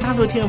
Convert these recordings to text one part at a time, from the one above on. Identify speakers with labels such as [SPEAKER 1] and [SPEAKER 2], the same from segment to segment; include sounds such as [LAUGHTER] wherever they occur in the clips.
[SPEAKER 1] 大陆听众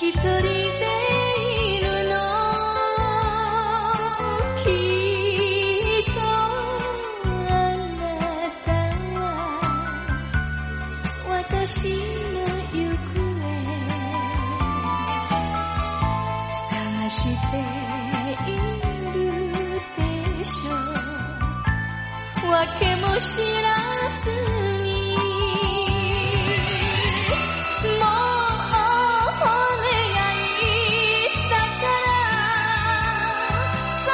[SPEAKER 2] 一人でいるのきっとあなたは私の行方知らずにもうお願いだから探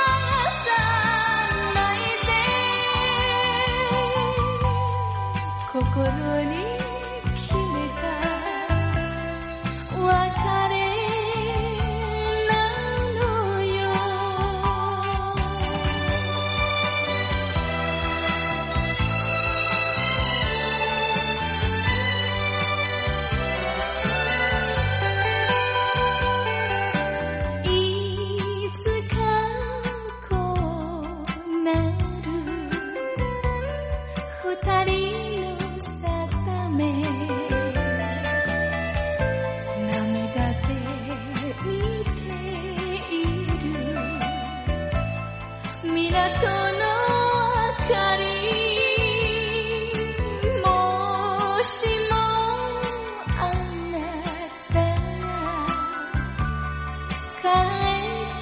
[SPEAKER 2] さないで心に決めた別れなのよ「いつかこうなる」「二人の定め」「涙で見ている」「港の明かり」「もしもあなたが」帰ってこいと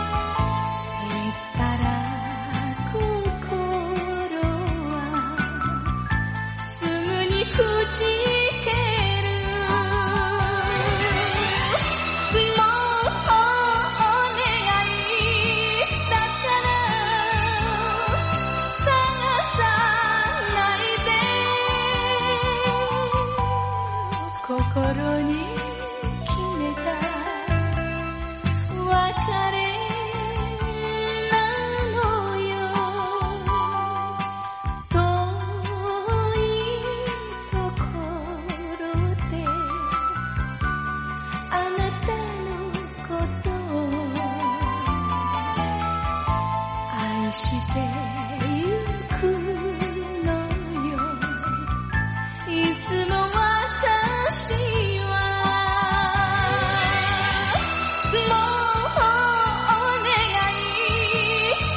[SPEAKER 2] 言ったら心はすぐにくじけるもうお願いだから探さないで心に決めた別れなのよ遠いところであなたのことを愛してゆくのよ「いつも私はもうお願い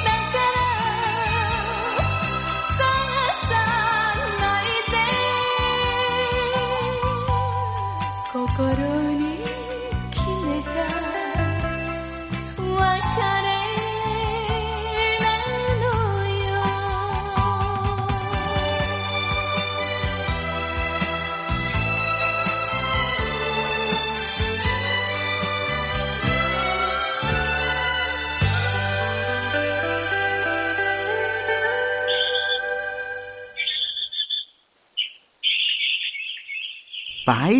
[SPEAKER 2] だから探さないで」「心に決めた別れなのよ」
[SPEAKER 1] 百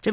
[SPEAKER 1] 这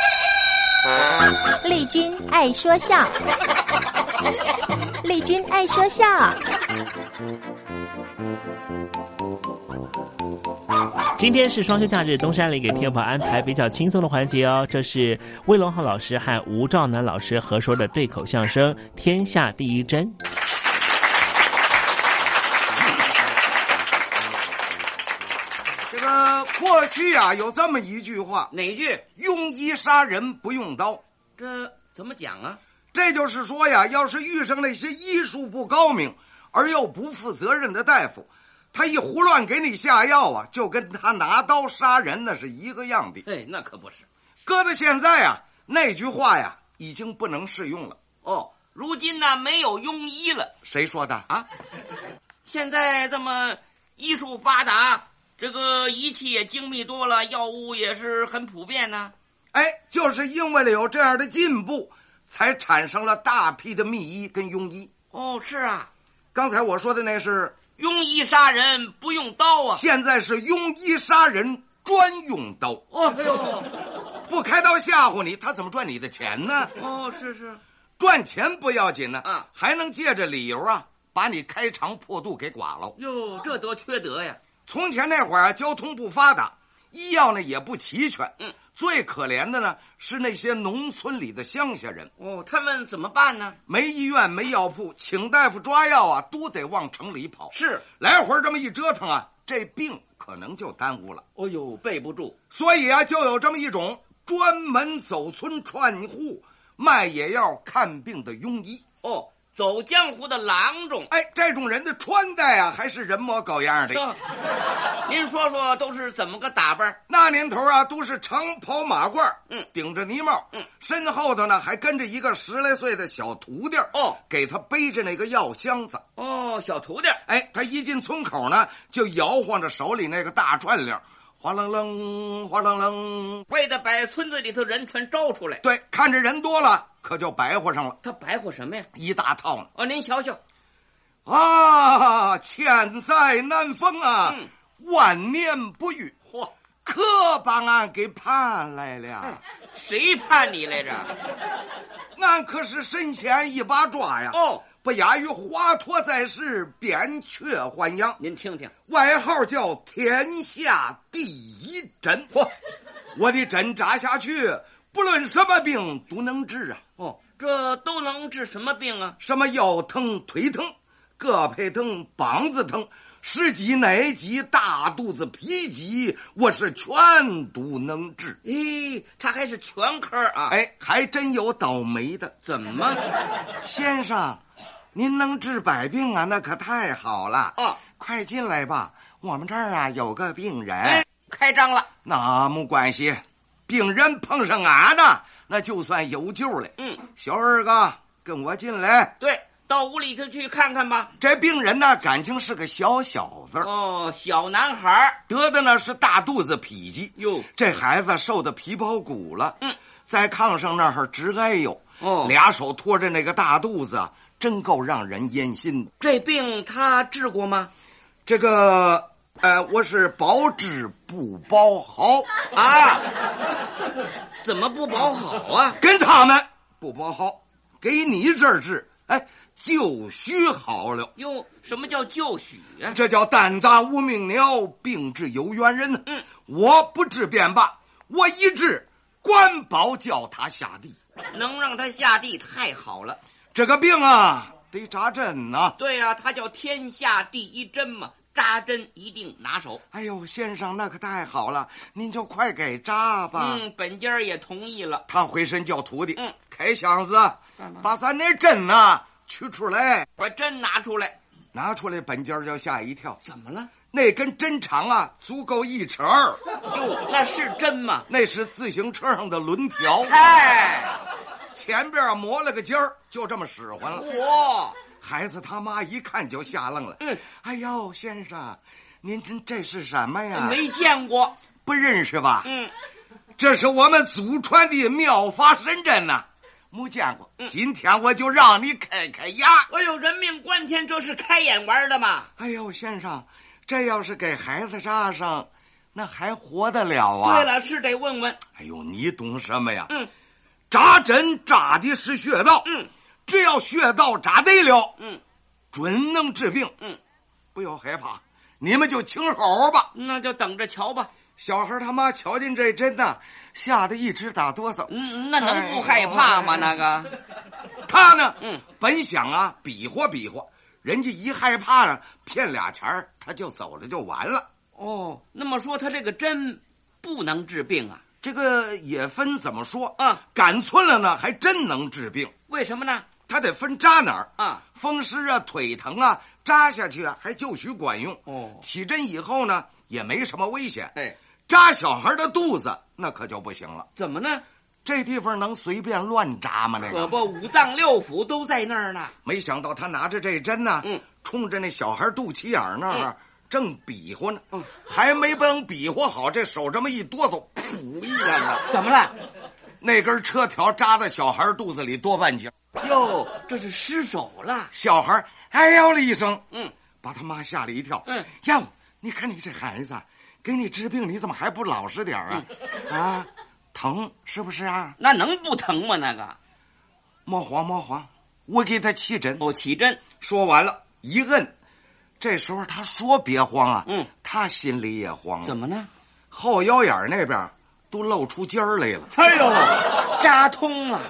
[SPEAKER 3] 丽君爱说笑，
[SPEAKER 4] [LAUGHS]
[SPEAKER 3] 丽君爱说笑。
[SPEAKER 1] 今天是双休假日，东山林给天宝安排比较轻松的环节哦。这是魏龙浩老师和吴兆南老师合说的对口相声《天下第一针》。
[SPEAKER 5] 这个过去啊，有这么一句话，
[SPEAKER 6] 哪句？
[SPEAKER 5] 庸医杀人不用刀。
[SPEAKER 6] 这怎么讲啊？
[SPEAKER 5] 这就是说呀，要是遇上那些医术不高明而又不负责任的大夫，他一胡乱给你下药啊，就跟他拿刀杀人那是一个样的。
[SPEAKER 6] 哎，那可不是。
[SPEAKER 5] 搁到现在啊，那句话呀已经不能适用了。
[SPEAKER 6] 哦，如今呢没有庸医了。
[SPEAKER 5] 谁说的
[SPEAKER 6] 啊？现在哎这么医术发达，这个仪器也精密多了，药物也是很普遍呢、
[SPEAKER 5] 哎，就是因为了有这样的进步，才产生了大批的秘医跟庸医。
[SPEAKER 6] 哦，是啊，
[SPEAKER 5] 刚才我说的那是
[SPEAKER 6] 庸医杀人不用刀啊。
[SPEAKER 5] 现在是庸医杀人专用刀。
[SPEAKER 6] 哦，哎呦。
[SPEAKER 5] 不开刀吓唬你，他怎么赚你的钱呢？
[SPEAKER 6] 哦，是是，
[SPEAKER 5] 赚钱不要紧呢，
[SPEAKER 6] 啊，
[SPEAKER 5] 还能借着理由啊，把你开肠破肚给剐了。
[SPEAKER 6] 哟，这多缺德呀！
[SPEAKER 5] 从前那会儿啊，交通不发达，医药呢也不齐全，
[SPEAKER 6] 嗯，
[SPEAKER 5] 最可怜的呢是那些农村里的乡下人，
[SPEAKER 6] 哦，他们怎么办呢？
[SPEAKER 5] 没医院，没药铺，请大夫抓药啊，都得往城里跑。
[SPEAKER 6] 是，
[SPEAKER 5] 来回这么一折腾啊，这病可能就耽误了。
[SPEAKER 6] 哦呦，备不住，
[SPEAKER 5] 所以啊，就有这么一种专门走村串户卖野药看病的庸医。
[SPEAKER 6] 哦，走江湖的郎中。
[SPEAKER 5] 哎，这种人的穿戴啊，还是人模狗样的。
[SPEAKER 6] 这您说说都是怎么个打扮？
[SPEAKER 5] 那年头啊，都是长袍马褂，
[SPEAKER 6] 嗯，
[SPEAKER 5] 顶着泥帽，
[SPEAKER 6] 嗯，
[SPEAKER 5] 身后头呢还跟着一个十来岁的小徒弟，
[SPEAKER 6] 哦，
[SPEAKER 5] 给他背着那个药箱子。
[SPEAKER 6] 哦，小徒弟，
[SPEAKER 5] 哎，他一进村口呢，就摇晃着手里那个大串铃，哗楞楞，哗楞楞。
[SPEAKER 6] 为的把村子里头人全招出来。
[SPEAKER 5] 对，看着人多了，可就白活上了，
[SPEAKER 6] 他白活什么呀？
[SPEAKER 5] 一大套呢。
[SPEAKER 6] 哦，您瞧瞧，
[SPEAKER 5] 啊，千载难逢啊，
[SPEAKER 6] 嗯
[SPEAKER 5] 万年不遇，
[SPEAKER 6] 嚯，嗯
[SPEAKER 5] 可把俺给盼来了。
[SPEAKER 6] 谁判你来着？
[SPEAKER 5] 俺、可是身前一把抓呀，
[SPEAKER 6] 哦，
[SPEAKER 5] 不亚于华佗在世，扁鹊还阳，
[SPEAKER 6] 您听听，
[SPEAKER 5] 外号叫天下第一针。嚯，我的针扎下去，不论什么病都能治啊。
[SPEAKER 6] 哦，这都能治什么病啊？
[SPEAKER 5] 什么腰疼、腿疼、胳膊疼、膀子疼、十级、奶级、大肚子、脾疾，我是全都能治。
[SPEAKER 6] 咦，他还是全科啊？，
[SPEAKER 5] 哎，还真有倒霉的，
[SPEAKER 6] 怎么？
[SPEAKER 5] 先生，您能治百病啊，那可太好了。
[SPEAKER 6] 哦，
[SPEAKER 5] 快进来吧，我们这儿啊有个病人。
[SPEAKER 6] 哎，开张了。
[SPEAKER 5] 那没关系，病人碰上俺呢，那就算有救了。
[SPEAKER 6] 嗯，
[SPEAKER 5] 小二哥，跟我进来。
[SPEAKER 6] 对，到屋里头去看看吧。
[SPEAKER 5] 这病人呢，感情是个小小子儿。
[SPEAKER 6] 哦，小男孩儿
[SPEAKER 5] 得的呢是大肚子痞疾，
[SPEAKER 6] 哟，
[SPEAKER 5] 这孩子瘦的皮包骨了，
[SPEAKER 6] 嗯，
[SPEAKER 5] 在炕上那儿直哎呦，
[SPEAKER 6] 哦
[SPEAKER 5] 俩手托着那个大肚子，真够让人烟心的。
[SPEAKER 6] 这病他治过吗？
[SPEAKER 5] 这个，呃，我是包治不包
[SPEAKER 6] [LAUGHS]
[SPEAKER 5] 好啊，
[SPEAKER 6] 怎么不保好啊？
[SPEAKER 5] 跟他们不包好，给你这儿治，哎，就须好了。
[SPEAKER 6] 哟，什么叫就许啊？
[SPEAKER 5] 这叫胆大无命鸟，病治有缘人呢。
[SPEAKER 6] 嗯，
[SPEAKER 5] 我不治便罢，我一治，官保叫他下地。
[SPEAKER 6] 能让他下地太好了。
[SPEAKER 5] 这个病啊，得扎针呐、啊
[SPEAKER 6] 对呀、他叫天下第一针嘛，扎针一定拿手。
[SPEAKER 5] 哎呦，先生，那可太好了，您就快给扎吧。
[SPEAKER 6] 嗯，本家儿也同意了。
[SPEAKER 5] 他回身叫徒弟，
[SPEAKER 6] 嗯，
[SPEAKER 5] 开箱子，把咱那针呐、取出来，
[SPEAKER 6] 把针拿出来，
[SPEAKER 5] 拿出来，本家儿就吓一跳，
[SPEAKER 6] 怎么了？
[SPEAKER 5] 那根针长啊，足够一尺儿，
[SPEAKER 6] 哟，那是针吗？
[SPEAKER 5] 那是自行车上的轮条，
[SPEAKER 6] 哎，
[SPEAKER 5] 前边儿磨了个尖儿，就这么使唤了。
[SPEAKER 6] 我
[SPEAKER 5] 孩子他妈一看就吓愣了，
[SPEAKER 6] 嗯，
[SPEAKER 5] 哎呦，先生，您这这是什么呀？
[SPEAKER 6] 没见过。
[SPEAKER 5] 不认识吧？
[SPEAKER 6] 嗯，
[SPEAKER 5] 这是我们祖传的妙法神针呐、没见过。
[SPEAKER 6] 嗯
[SPEAKER 5] 今天我就让你开开眼。
[SPEAKER 6] 哎呦，人命关天，这是开眼玩的嘛？
[SPEAKER 5] 哎呦，先生，这要是给孩子扎上，那还活得了啊？
[SPEAKER 6] 对，了，是得问问。
[SPEAKER 5] 哎呦，你懂什么呀？
[SPEAKER 6] 嗯
[SPEAKER 5] 扎针扎的是穴道，
[SPEAKER 6] 嗯
[SPEAKER 5] 只要穴道扎对了，
[SPEAKER 6] 嗯
[SPEAKER 5] 准能治病。
[SPEAKER 6] 嗯，
[SPEAKER 5] 不要害怕，你们就听好吧。
[SPEAKER 6] 那就等着瞧吧。
[SPEAKER 5] 小孩他妈瞧见这针呐、吓得一直打哆嗦。
[SPEAKER 6] 嗯，那能不害怕吗？
[SPEAKER 5] 哎
[SPEAKER 6] 那个，
[SPEAKER 5] [LAUGHS] 他呢，
[SPEAKER 6] 嗯，
[SPEAKER 5] 本想啊比划比划，人家一害怕呢，骗俩钱儿，他就走了，就完了。
[SPEAKER 6] 哦，那么说他这个针不能治病啊？
[SPEAKER 5] 这个也分怎么说
[SPEAKER 6] 啊？
[SPEAKER 5] 赶寸了呢，还真能治病，
[SPEAKER 6] 为什么呢？
[SPEAKER 5] 他得分扎哪儿。
[SPEAKER 6] 啊，
[SPEAKER 5] 风湿啊、腿疼啊，扎下去啊还就许管用。哦，起针以后呢，也没什么危险。哎，扎小孩的肚子那可就不行了。
[SPEAKER 6] 怎么呢？
[SPEAKER 5] 这地方能随便乱扎吗？那
[SPEAKER 6] 可不，五脏六腑都在那儿呢。
[SPEAKER 5] 没想到他拿着这针呢，嗯，冲着那小孩肚脐眼儿那儿
[SPEAKER 6] 嗯
[SPEAKER 5] 正比划呢，嗯，还没等比划好，这手这么一哆嗦，噗一下
[SPEAKER 6] [LAUGHS]
[SPEAKER 5] 子，
[SPEAKER 6] 怎么了？
[SPEAKER 5] 那根车条扎在小孩肚子里多半截。
[SPEAKER 6] 哟，这是失手了！
[SPEAKER 5] 小孩哎呦了一声，嗯，把他妈吓了一跳。嗯，呀，你看你这孩子，给你治病你怎么还不老实点啊？嗯、啊，疼是不是啊？
[SPEAKER 6] 那能不疼吗？那个，
[SPEAKER 5] 莫慌莫慌，我给他起针。
[SPEAKER 6] 哦，起针。
[SPEAKER 5] 说完了，一摁。这时候他说别慌啊，嗯，他心里也慌了。
[SPEAKER 6] 怎么呢？
[SPEAKER 5] 后腰眼那边都露出尖儿来了。
[SPEAKER 6] 哎
[SPEAKER 5] [LAUGHS]
[SPEAKER 6] 呦，扎通了。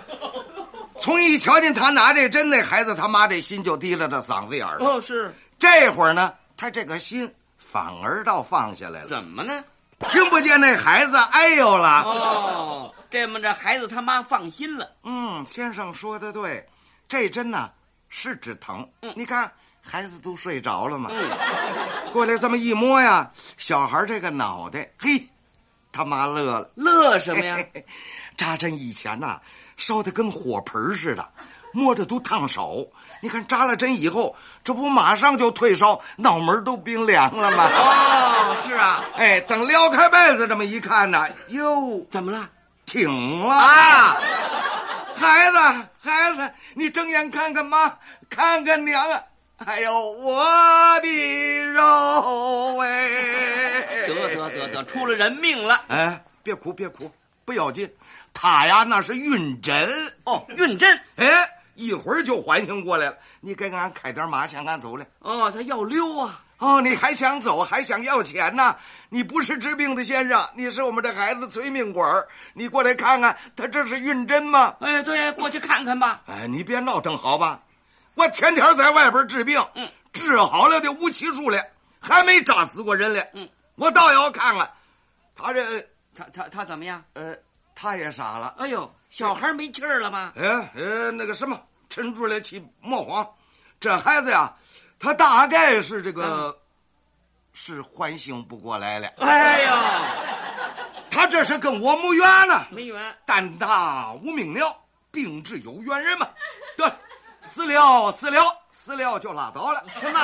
[SPEAKER 5] 从一瞧见他拿这针，那孩子他妈这心就提了到嗓子眼儿了。
[SPEAKER 6] 哦，是。
[SPEAKER 5] 这会儿呢，他这个心反而倒放下来了。
[SPEAKER 6] 怎么呢？
[SPEAKER 5] 听不见那孩子哎呦了。
[SPEAKER 6] 哦，这么着，孩子他妈放心了。
[SPEAKER 5] 嗯，先生说的对，这针呢是止疼。嗯，你看孩子都睡着了嘛。嗯。 [LAUGHS] 过来这么一摸呀，小孩这个脑袋，嘿，他妈乐了。
[SPEAKER 6] 乐什么呀？嘿嘿
[SPEAKER 5] [LAUGHS] 扎针以前呐、啊。烧的跟火盆似的，摸着都烫手。你看扎了针以后，这不马上就退烧，脑门都冰凉了吗？
[SPEAKER 6] 哦，是啊。
[SPEAKER 5] 哎，等撩开被子这么一看呢、啊，哟，
[SPEAKER 6] 怎么了？
[SPEAKER 5] 挺了啊！ [LAUGHS] 孩子，孩子，你睁眼看看妈，看看娘啊！还、哎、有我的肉哎！
[SPEAKER 6] [LAUGHS] 得得得
[SPEAKER 5] [LAUGHS]
[SPEAKER 6] 得，出了人命了！
[SPEAKER 5] 哎，别哭别哭，不要紧。他呀，那是晕针
[SPEAKER 6] 哦，晕针，
[SPEAKER 5] 哎，一会儿就缓醒过来了。你给俺开点麻钱，俺走了。
[SPEAKER 6] 哦，他要溜啊！
[SPEAKER 5] 哦，你还想走，还想要钱呢、啊？你不是治病的先生，你是我们这孩子催命鬼儿。你过来看看，他这是晕针吗？
[SPEAKER 6] 哎，对，过去看看吧。
[SPEAKER 5] 哎，你别闹腾好吧？我天天在外边治病，嗯，治好了的无奇数来，还没扎死过人来。嗯，我倒要看看，他这
[SPEAKER 6] 他他他怎么样？
[SPEAKER 5] 呃。他也傻了，
[SPEAKER 6] 哎呦，小孩没气儿了吗？
[SPEAKER 5] 哎哎，那个什么，陈主来起莫慌，这孩子呀，他大概是这个，嗯、是欢醒不过来了。
[SPEAKER 6] 哎呦，
[SPEAKER 5] 他这是跟我没缘呢，
[SPEAKER 6] 没缘。
[SPEAKER 5] 但他无命了，病至有缘人嘛。对，死了死了死了就拉倒了。
[SPEAKER 6] 什么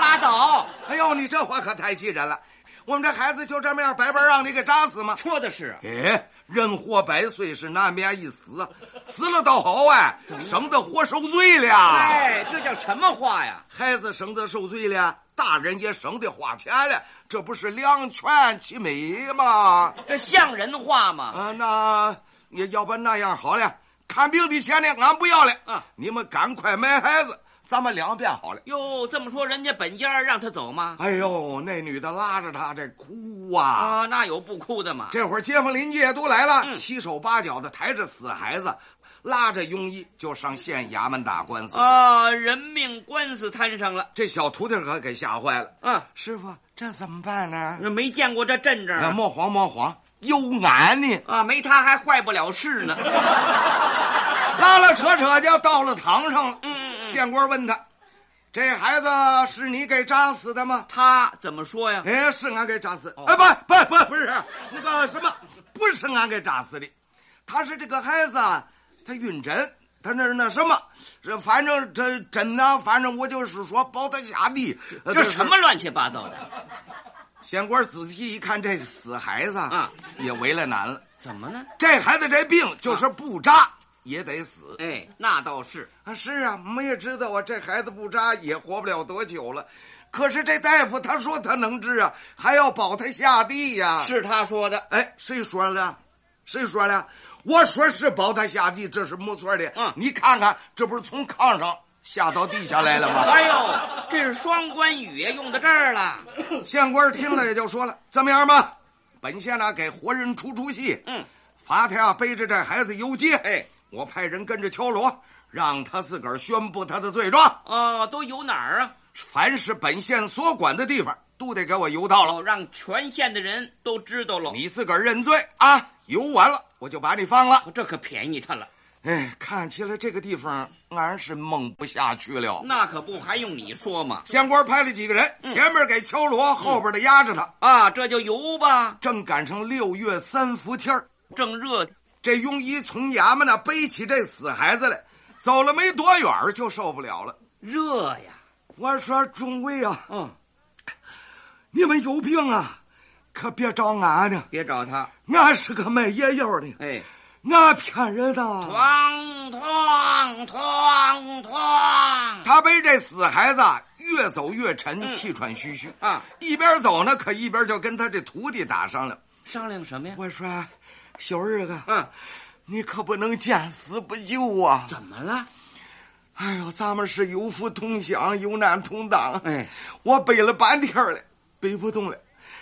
[SPEAKER 6] 拉倒？
[SPEAKER 5] 哎呦，你这话可太气人了。我们这孩子就这么样白白让你给扎死吗？
[SPEAKER 6] 说的是。啊
[SPEAKER 5] 哎，人活百岁是难免一死，啊死了倒好哎，省得活受罪了。啊
[SPEAKER 6] 哎，这叫什么话呀？
[SPEAKER 5] 孩子省得受罪了，大人也省得花钱了，这不是两全其美吗？
[SPEAKER 6] 这像人话吗？
[SPEAKER 5] 啊、呃，那也要不那样好了，看病的钱呢，俺不要了啊，你们赶快买孩子。咱们两遍好了
[SPEAKER 6] 哟，这么说人家本家让他走吗？
[SPEAKER 5] 哎呦，那女的拉着他这哭啊！啊，
[SPEAKER 6] 那有不哭的吗？
[SPEAKER 5] 这会儿街坊邻居也都来了，嗯、七手八脚的抬着死孩子，拉着庸医就上县衙门打官司
[SPEAKER 6] 啊！人命官司摊上了，
[SPEAKER 5] 这小徒弟可给吓坏了。嗯，师傅，这怎么办呢？
[SPEAKER 6] 没见过这阵仗、啊，
[SPEAKER 5] 莫慌莫慌，有俺呢
[SPEAKER 6] 啊！没他还坏不了事呢。
[SPEAKER 5] [LAUGHS] 拉拉扯扯就到了堂上了。嗯。县官问他：“这孩子是你给扎死的吗？”
[SPEAKER 6] 他怎么说呀？
[SPEAKER 5] 哎，是俺给扎死。哦、哎，不不不，不是那个什么，不是俺给扎死的。他是这个孩子，啊他晕针，他那那什么，这反正这针呢，反正我就是说保他下地。呃
[SPEAKER 6] 这什么乱七八糟的？
[SPEAKER 5] 县官仔细一看，这死孩子啊，也为了难了。
[SPEAKER 6] 怎么呢？
[SPEAKER 5] 这孩子这病就是不扎。啊也得死，
[SPEAKER 6] 哎，那倒是
[SPEAKER 5] 啊，是啊，我们也知道啊，这孩子不扎也活不了多久了。可是这大夫他说他能治啊，还要保他下地呀、啊，
[SPEAKER 6] 是他说的。
[SPEAKER 5] 哎，谁说了？谁说了？我说是保他下地，这是没错的。嗯，你看看，这不是从炕上下到地下来了吗？
[SPEAKER 6] 哎呦，这是双关语用到这儿了。
[SPEAKER 5] 县官听了也就说了，这么样吧，本县呢、啊、给活人出出气，嗯，罚他啊背着这孩子游街，哎。我派人跟着敲锣，让他自个儿宣布他的罪状。
[SPEAKER 6] 哦，都游哪儿啊？
[SPEAKER 5] 凡是本县所管的地方，都得给我游到了、哦，
[SPEAKER 6] 让全县的人都知道了。
[SPEAKER 5] 你自个儿认罪啊！游完了，我就把你放了。
[SPEAKER 6] 这可便宜他了。
[SPEAKER 5] 哎，看起来这个地方俺是蒙不下去
[SPEAKER 2] 嗯
[SPEAKER 5] 了。
[SPEAKER 6] 那可不，还用你说吗？
[SPEAKER 5] 天官派了几个人，前边给敲锣，后边的压着他
[SPEAKER 6] 啊，这就游吧。
[SPEAKER 5] 正赶上六月三伏天儿，
[SPEAKER 6] 正热。
[SPEAKER 5] 这庸医从衙门那背起这死孩子来，走了没多远就受不了了，
[SPEAKER 6] 热呀！
[SPEAKER 5] 我说中尉啊，
[SPEAKER 6] 嗯，
[SPEAKER 5] 你们有病啊，可别找俺呢，
[SPEAKER 6] 别找他，
[SPEAKER 5] 俺是个卖野药的，
[SPEAKER 6] 哎。
[SPEAKER 5] 那骗人的！
[SPEAKER 6] 哐哐哐哐！
[SPEAKER 5] 他背这死孩子越走越沉，嗯、气喘吁吁
[SPEAKER 6] 啊！
[SPEAKER 5] 一边走呢，可一边就跟他这徒弟打商量。
[SPEAKER 6] 商量什么呀？
[SPEAKER 5] 我说，小日子，
[SPEAKER 6] 嗯，
[SPEAKER 5] 你可不能见死不救啊！
[SPEAKER 6] 怎么了？
[SPEAKER 5] 哎呦，咱们是有福同享，有难同当。
[SPEAKER 6] 哎，
[SPEAKER 5] 我背了半天了，背不动了。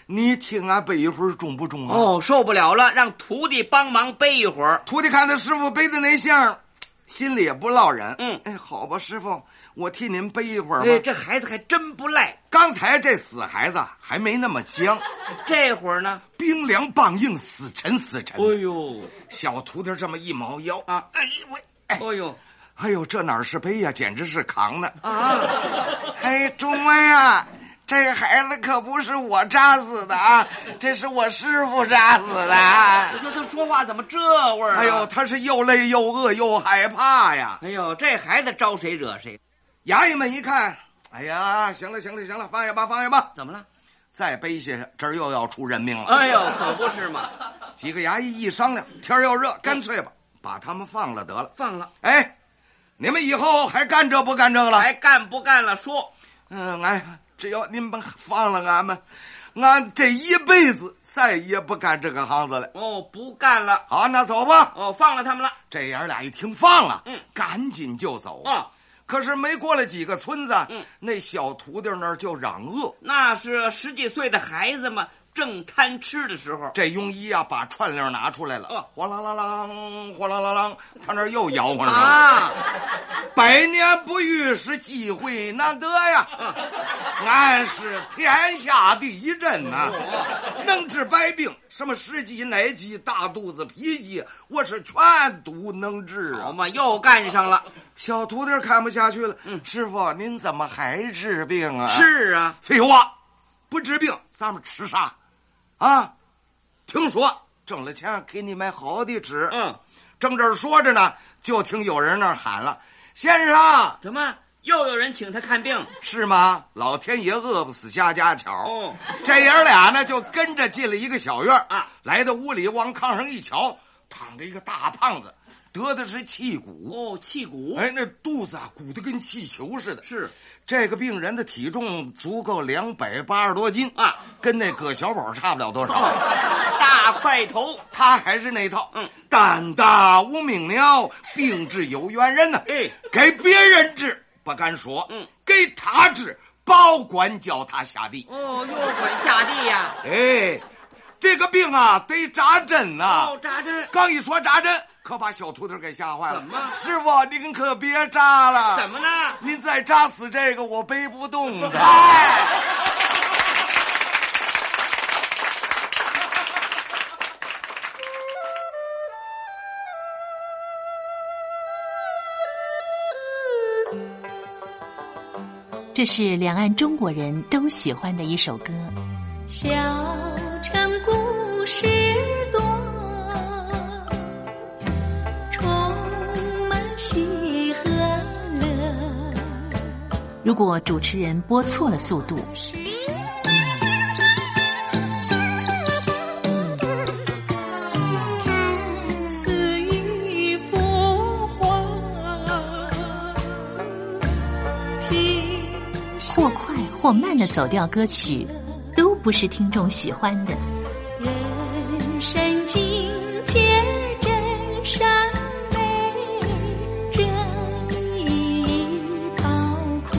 [SPEAKER 5] 你听俺、啊、背一会儿中不中啊？
[SPEAKER 6] 哦，受不了了，让徒弟帮忙背一会儿。
[SPEAKER 5] 徒弟看他师傅背的那相，心里也不落忍。
[SPEAKER 6] 嗯，
[SPEAKER 5] 哎，好吧，师傅，我替您背一会儿吧。
[SPEAKER 6] 哎，这孩子还真不赖。
[SPEAKER 5] 刚才这死孩子还没那么僵，
[SPEAKER 6] 这会儿呢，
[SPEAKER 5] 冰凉棒硬，死沉死沉。
[SPEAKER 6] 哎呦，
[SPEAKER 5] 小徒弟这么一猫腰
[SPEAKER 6] 啊，哎我，哎、哎、呦。
[SPEAKER 5] 哎呦，这哪是背呀、啊，简直是扛呢！
[SPEAKER 6] 啊，
[SPEAKER 5] 哎，中尉啊，这孩子可不是我扎死的啊，这是我师傅扎死的、啊。
[SPEAKER 6] 那他说话怎哎么这味儿、啊？
[SPEAKER 5] 哎呦，他是又累又饿又害怕呀！
[SPEAKER 6] 哎呦，这孩子招谁惹谁？
[SPEAKER 5] 衙役们一看，哎呀，行了行了行了，放下吧放下吧！
[SPEAKER 6] 怎么了？
[SPEAKER 5] 再背下去，这儿又要出人命了！
[SPEAKER 6] 哎呦，可不是嘛！
[SPEAKER 5] 几个衙役一商量，天要热，干脆吧，把他们放了得了。
[SPEAKER 6] 放了，
[SPEAKER 5] 哎。你们以后还干这不干这个了？
[SPEAKER 6] 还干不干了？说，
[SPEAKER 5] 嗯，哎，只要你们放了俺们，俺这一辈子再也不干这个行子了。
[SPEAKER 6] 哦，不干了。
[SPEAKER 5] 好，那走吧。
[SPEAKER 6] 哦，放了他们了。
[SPEAKER 5] 这爷俩一听放了，
[SPEAKER 6] 嗯，
[SPEAKER 5] 赶紧就走
[SPEAKER 6] 啊。哦
[SPEAKER 5] 可是没过了几个村子，
[SPEAKER 6] 嗯，
[SPEAKER 5] 那小徒弟那儿就嚷饿。
[SPEAKER 6] 那是十几岁的孩子嘛，正贪吃的时候。
[SPEAKER 5] 这庸医啊，把串铃拿出来了，
[SPEAKER 6] 哦，
[SPEAKER 5] 哗啦啦啦，哗啦啦啦，他那又摇晃上了。
[SPEAKER 6] 啊，
[SPEAKER 5] 百年不遇是机会难得呀！
[SPEAKER 6] 哦
[SPEAKER 5] 俺、啊、是天下第一针呐、啊，能治百病。什么湿疾、奶疾、大肚子、脾气，我是全都能治啊！
[SPEAKER 6] 好嘛，又干上了。
[SPEAKER 5] 小徒弟看不下去了，
[SPEAKER 6] 嗯，
[SPEAKER 5] 师傅，您怎么还治病啊？
[SPEAKER 6] 是啊，
[SPEAKER 5] 废话，不治病咱们吃啥？啊，听说挣了钱给你买好的吃。
[SPEAKER 6] 嗯，
[SPEAKER 5] 正这说着呢，就听有人那喊了：“先生，
[SPEAKER 6] 怎么？”又有人请他看病，
[SPEAKER 5] 是吗？老天爷饿不死家家巧。
[SPEAKER 6] 哦，
[SPEAKER 5] 这爷俩呢就跟着进了一个小院
[SPEAKER 6] 啊，
[SPEAKER 5] 来到屋里往炕上一瞧，躺着一个大胖子，得的是气鼓。
[SPEAKER 6] 哦，气鼓。
[SPEAKER 5] 哎，那肚子啊鼓得跟气球似的。
[SPEAKER 6] 是，
[SPEAKER 5] 这个病人的体重足够两百八十多斤
[SPEAKER 6] 啊，
[SPEAKER 5] 跟那葛小宝差不了多少。
[SPEAKER 6] 哦、大块头，
[SPEAKER 5] 他还是那套。
[SPEAKER 6] 嗯，
[SPEAKER 5] 胆大无命鸟，病治有缘人呢、啊。
[SPEAKER 6] 哎，
[SPEAKER 5] 给别人治。不敢说，
[SPEAKER 6] 嗯，
[SPEAKER 5] 给他治，保管叫他下地。
[SPEAKER 6] 哦，又管下地呀、啊！
[SPEAKER 5] 哎，这个病啊，得扎针呐、啊。
[SPEAKER 6] 哦，扎针。
[SPEAKER 5] 刚一说扎针，可把小秃头给吓坏了。
[SPEAKER 6] 怎么？
[SPEAKER 5] 师傅，您可别扎了。
[SPEAKER 6] 怎么了？
[SPEAKER 5] 您再扎死这个，我背不动啊
[SPEAKER 6] [LAUGHS]
[SPEAKER 5] 的。
[SPEAKER 6] 哎、
[SPEAKER 7] 这是两岸中国人都喜欢的一首歌。
[SPEAKER 2] 小城故事多，充满喜和乐。
[SPEAKER 7] 如果主持人播错了速度，
[SPEAKER 2] 看似一幅画，听。
[SPEAKER 7] 或快或慢的走调歌曲，都不是听众喜欢的。
[SPEAKER 2] 人生境界真善美，这一包括。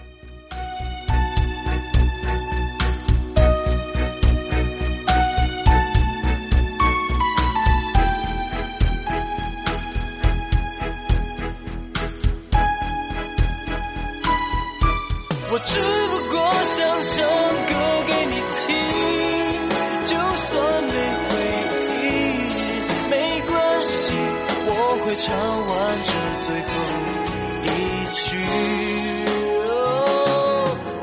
[SPEAKER 8] 我只不过想唱歌给你听，就算没回应，没关系，我会唱完这最后一句。哦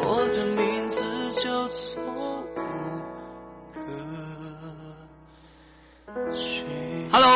[SPEAKER 8] 我的名字叫做无可取。
[SPEAKER 2] Hello，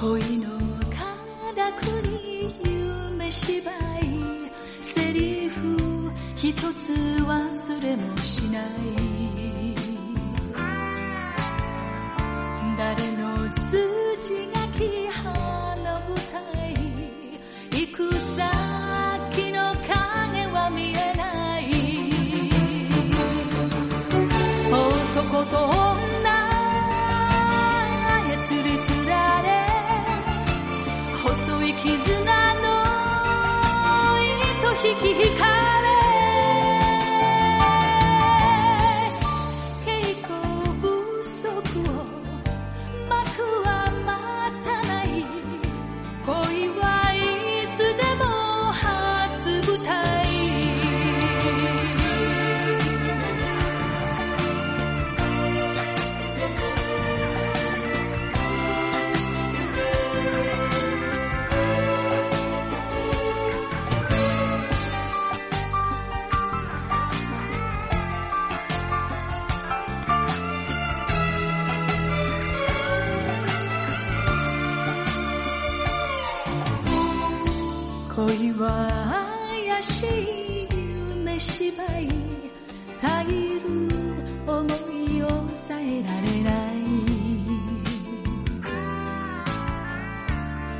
[SPEAKER 9] 恋のからくり夢芝居セリフ一つ忘れもしない誰の筋書き派の舞台行く先の影は見えない男と女へ釣りつられ細い絆の糸引き引かれ稽古不足を幕は待たない恋はいつでも初舞台恋は怪しい夢芝居耐える思いを抑えられない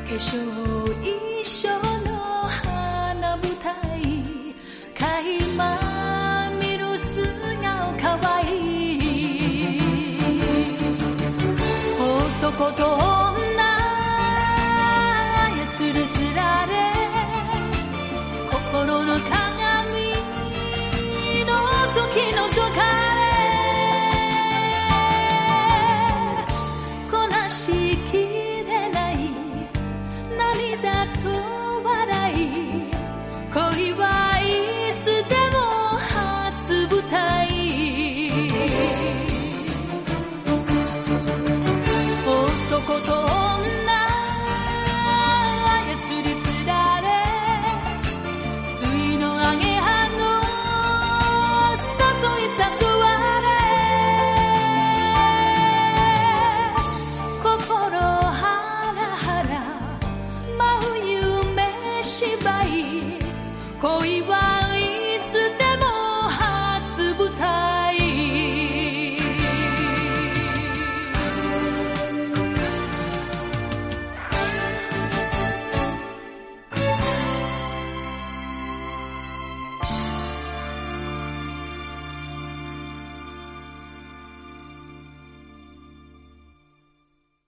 [SPEAKER 9] 化粧衣装の花舞台垣間見る素顔かわいい男と女へつれつられ心の鏡覗き覗かれ